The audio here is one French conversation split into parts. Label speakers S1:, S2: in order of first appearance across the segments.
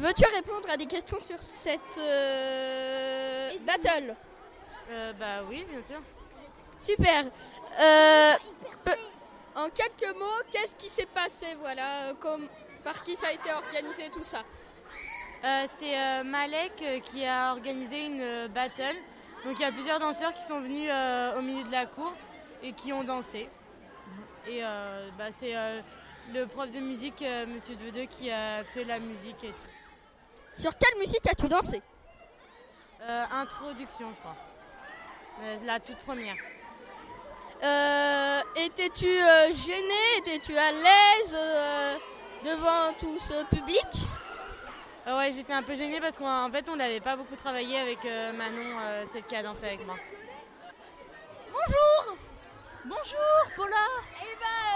S1: Veux-tu répondre à des questions sur cette euh, battle
S2: Euh, bah oui, bien sûr.
S1: Super. Euh, peu- en quelques mots, qu'est-ce qui s'est passé Voilà, euh, comme, par qui ça a été organisé tout ça
S2: Euh, c'est euh, Malek euh, qui a organisé une euh, battle. Donc il y a plusieurs danseurs qui sont venus euh, au milieu de la cour et qui ont dansé. Et euh, bah, c'est euh, le prof de musique, euh, Monsieur Dede, qui a fait la musique et tout.
S1: Sur quelle musique as-tu dansé
S2: Euh, introduction, je crois. Euh, la toute première.
S1: Euh, Étais-tu euh, gêné Étais-tu à l'aise euh, devant tout ce public
S2: Euh, ouais, j'étais un peu gênée parce qu'en fait, on n'avait pas beaucoup travaillé avec euh, Manon, euh, celle qui a dansé avec moi.
S3: Bonjour Paula
S1: Eh ben,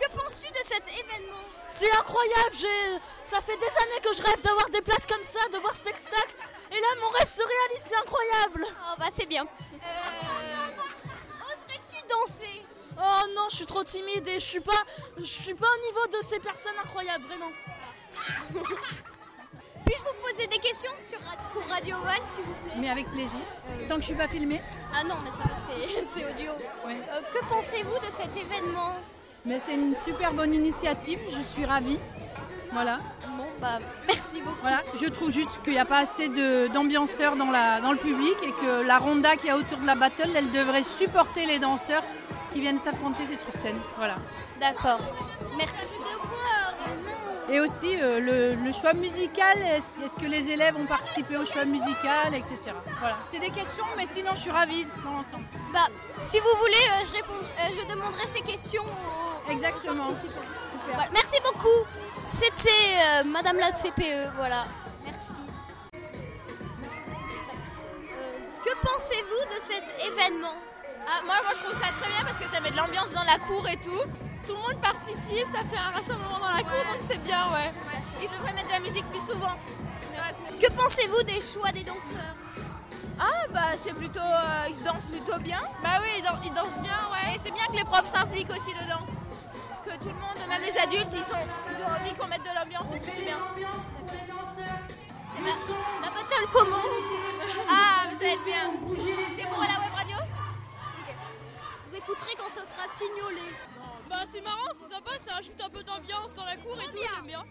S1: que penses-tu de cet événement
S3: C'est incroyable, j'ai... ça fait des années que je rêve d'avoir des places comme ça, de voir spectacle, et là mon rêve se réalise, c'est incroyable
S1: Oh bah c'est bien. Euh, Oserais-tu danser
S3: Oh non, je suis trop timide et je suis pas, je suis pas au niveau de ces personnes incroyables, vraiment.
S1: Puis-je vous poser des questions sur, pour Radio Val, s'il vous plaît Euh,
S4: Mais avec plaisir. Tant que je suis pas filmée.
S1: Ah non, mais ça va, c'est- c'est audio.
S4: Ouais.
S1: Euh, que pensez-vous de cet événement
S4: Mais c'est une super bonne initiative. Je suis ravie. Voilà.
S1: Bon, bah, merci beaucoup.
S4: Voilà. Je trouve juste qu'il n'y a pas assez de- d'ambianceurs dans, la- dans le public et que la ronda qui a autour de la battle, elle devrait supporter les danseurs qui viennent s'affronter sur scène. Voilà.
S1: D'accord, merci.
S4: Et aussi euh, le, le choix musical. Est-ce est-ce que les élèves ont participé au choix musical, etc. Voilà. C'est des questions, mais sinon je suis ravie dans l'ensemble.
S1: Bah, si vous voulez, euh, je, réponds- euh, je demanderai ces questions aux, aux
S4: Exactement.
S1: participants.
S4: Super.
S1: Voilà, merci beaucoup. C'était euh, Madame la CPE, voilà. Merci. Euh, que pensez-vous de cet événement
S5: Ah, moi, moi, je trouve ça très bien parce que ça met de l'ambiance dans la cour et tout. Tout le monde participe, ça fait un rassemblement dans la cour, donc c'est bien, ouais. Ils devraient mettre de la musique plus souvent.
S1: Que pensez-vous des choix des danseurs
S5: Ah, bah, c'est plutôt. euh, ils dansent plutôt bien. Bah oui, ils, dan- ils dansent bien, ouais. Et c'est bien que les profs s'impliquent aussi dedans. Que tout le monde, même les adultes, ils, sont, ils ont envie qu'on mette de l'ambiance et tout, c'est bien.
S1: la, la battle commence.
S5: Ah, mais ça va être bien. C'est pour la web radio
S1: Vous écouterez quand ça sera fignolé.
S6: Bah c'est marrant, c'est sympa, ça rajoute un peu d'ambiance dans la cour et tout, j'aime bien.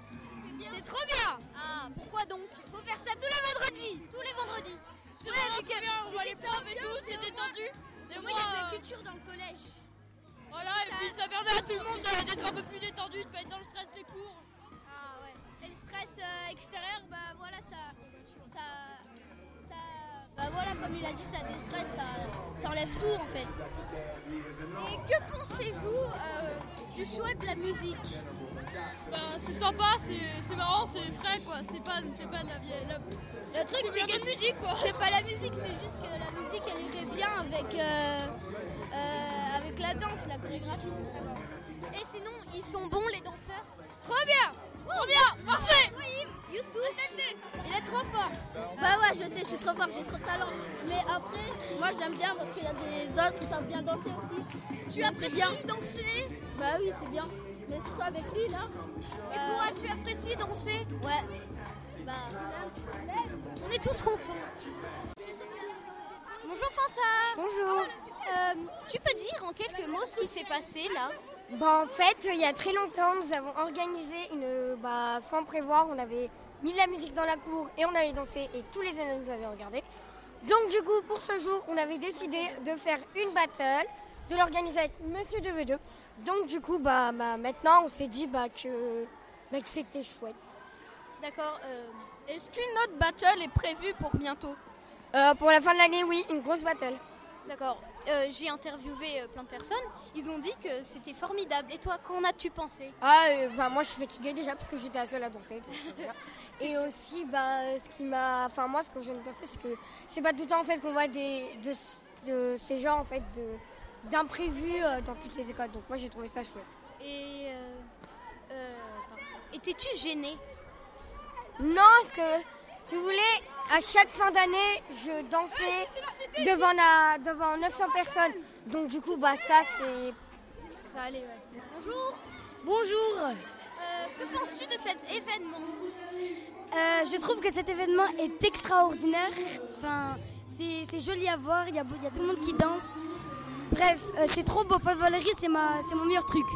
S1: C'est trop bien Ah, pourquoi donc Faut faire ça tous les vendredis Tous les vendredis
S6: C'est vraiment trop bien, on voit les profs et tout, c'est détendu. Et moi, euh,
S1: culture dans le collège.
S6: voilà, et puis ça permet à tout le monde de- d'être un peu plus détendu, de pas être dans le stress des cours.
S1: Ah ouais. Et le stress euh, extérieur, bah voilà, ça... ça, ça bah voilà, comme il a dit, ça déstresse, ça, ça enlève tout en fait. Et que pensez-vous euh, du choix de la musique
S6: Bah c'est sympa, c'est c'est marrant, c'est frais quoi, c'est pas, c'est pas de la vieille... La...
S1: Le truc,
S6: C'est la bonne musique quoi
S1: C'est pas la musique, c'est juste que la musique elle irait bien avec, euh, avec la danse, la chorégraphie. Et sinon, ils sont bons les danseurs Trop bien
S6: Trop bien, parfait
S1: Youssou, il est trop fort Bah ouais, je sais, je suis trop fort, j'ai trop de talent. Mais après, moi j'aime bien parce qu'il y a des autres qui savent bien danser aussi. Tu apprécies danser Bah oui, c'est bien. Mais surtout avec lui là. Et toi, tu apprécies danser Ouais. Bah, on est tous contents. Bonjour Fanta
S7: Bonjour.
S1: Euh, Tu peux dire en quelques mots ce qui s'est passé là
S7: Bah, en fait, il y a très longtemps, nous avons organisé une. Bah, sans prévoir, on avait mis de la musique dans la cour et on avait dansé et tous les élèves nous avaient regardé. Donc, du coup, pour ce jour, on avait décidé de faire une battle, de l'organiser avec Monsieur Deveux. Donc, du coup, bah, bah, maintenant, on s'est dit bah, que, bah, que c'était chouette.
S1: D'accord. euh, Est-ce qu'une autre battle est prévue pour bientôt
S7: Euh, pour la fin de l'année, oui, une grosse battle.
S1: D'accord. Euh, J'ai interviewé euh, plein de personnes. Ils ont dit que c'était formidable. Et toi, qu'en as-tu pensé
S7: Ah, euh, bah moi je suis fatiguée déjà parce que j'étais la seule à danser. donc, euh, voilà. et aussi, bah, ce qui m'a, enfin moi, ce que je viens de penser, c'est que c'est pas tout le temps en fait qu'on voit des de, ce- de ces genres en fait de d'imprévus euh, dans toutes les écoles. Donc moi j'ai trouvé ça chouette.
S1: Et euh, euh, pardon. étais-tu gênée
S7: Non, parce que si vous voulez, à chaque fin d'année, je dansais devant la devant 900 personnes. Donc du coup, bah ça c'est
S1: Ça allait.
S4: Bonjour.
S1: Euh, que penses-tu de cet événement
S8: Euh, je trouve que cet événement est extraordinaire. Enfin, c'est c'est joli à voir, il y, a beau- il y a tout le monde qui danse. Bref, euh, c'est trop beau. Paul Valéry, c'est ma- c'est mon meilleur truc.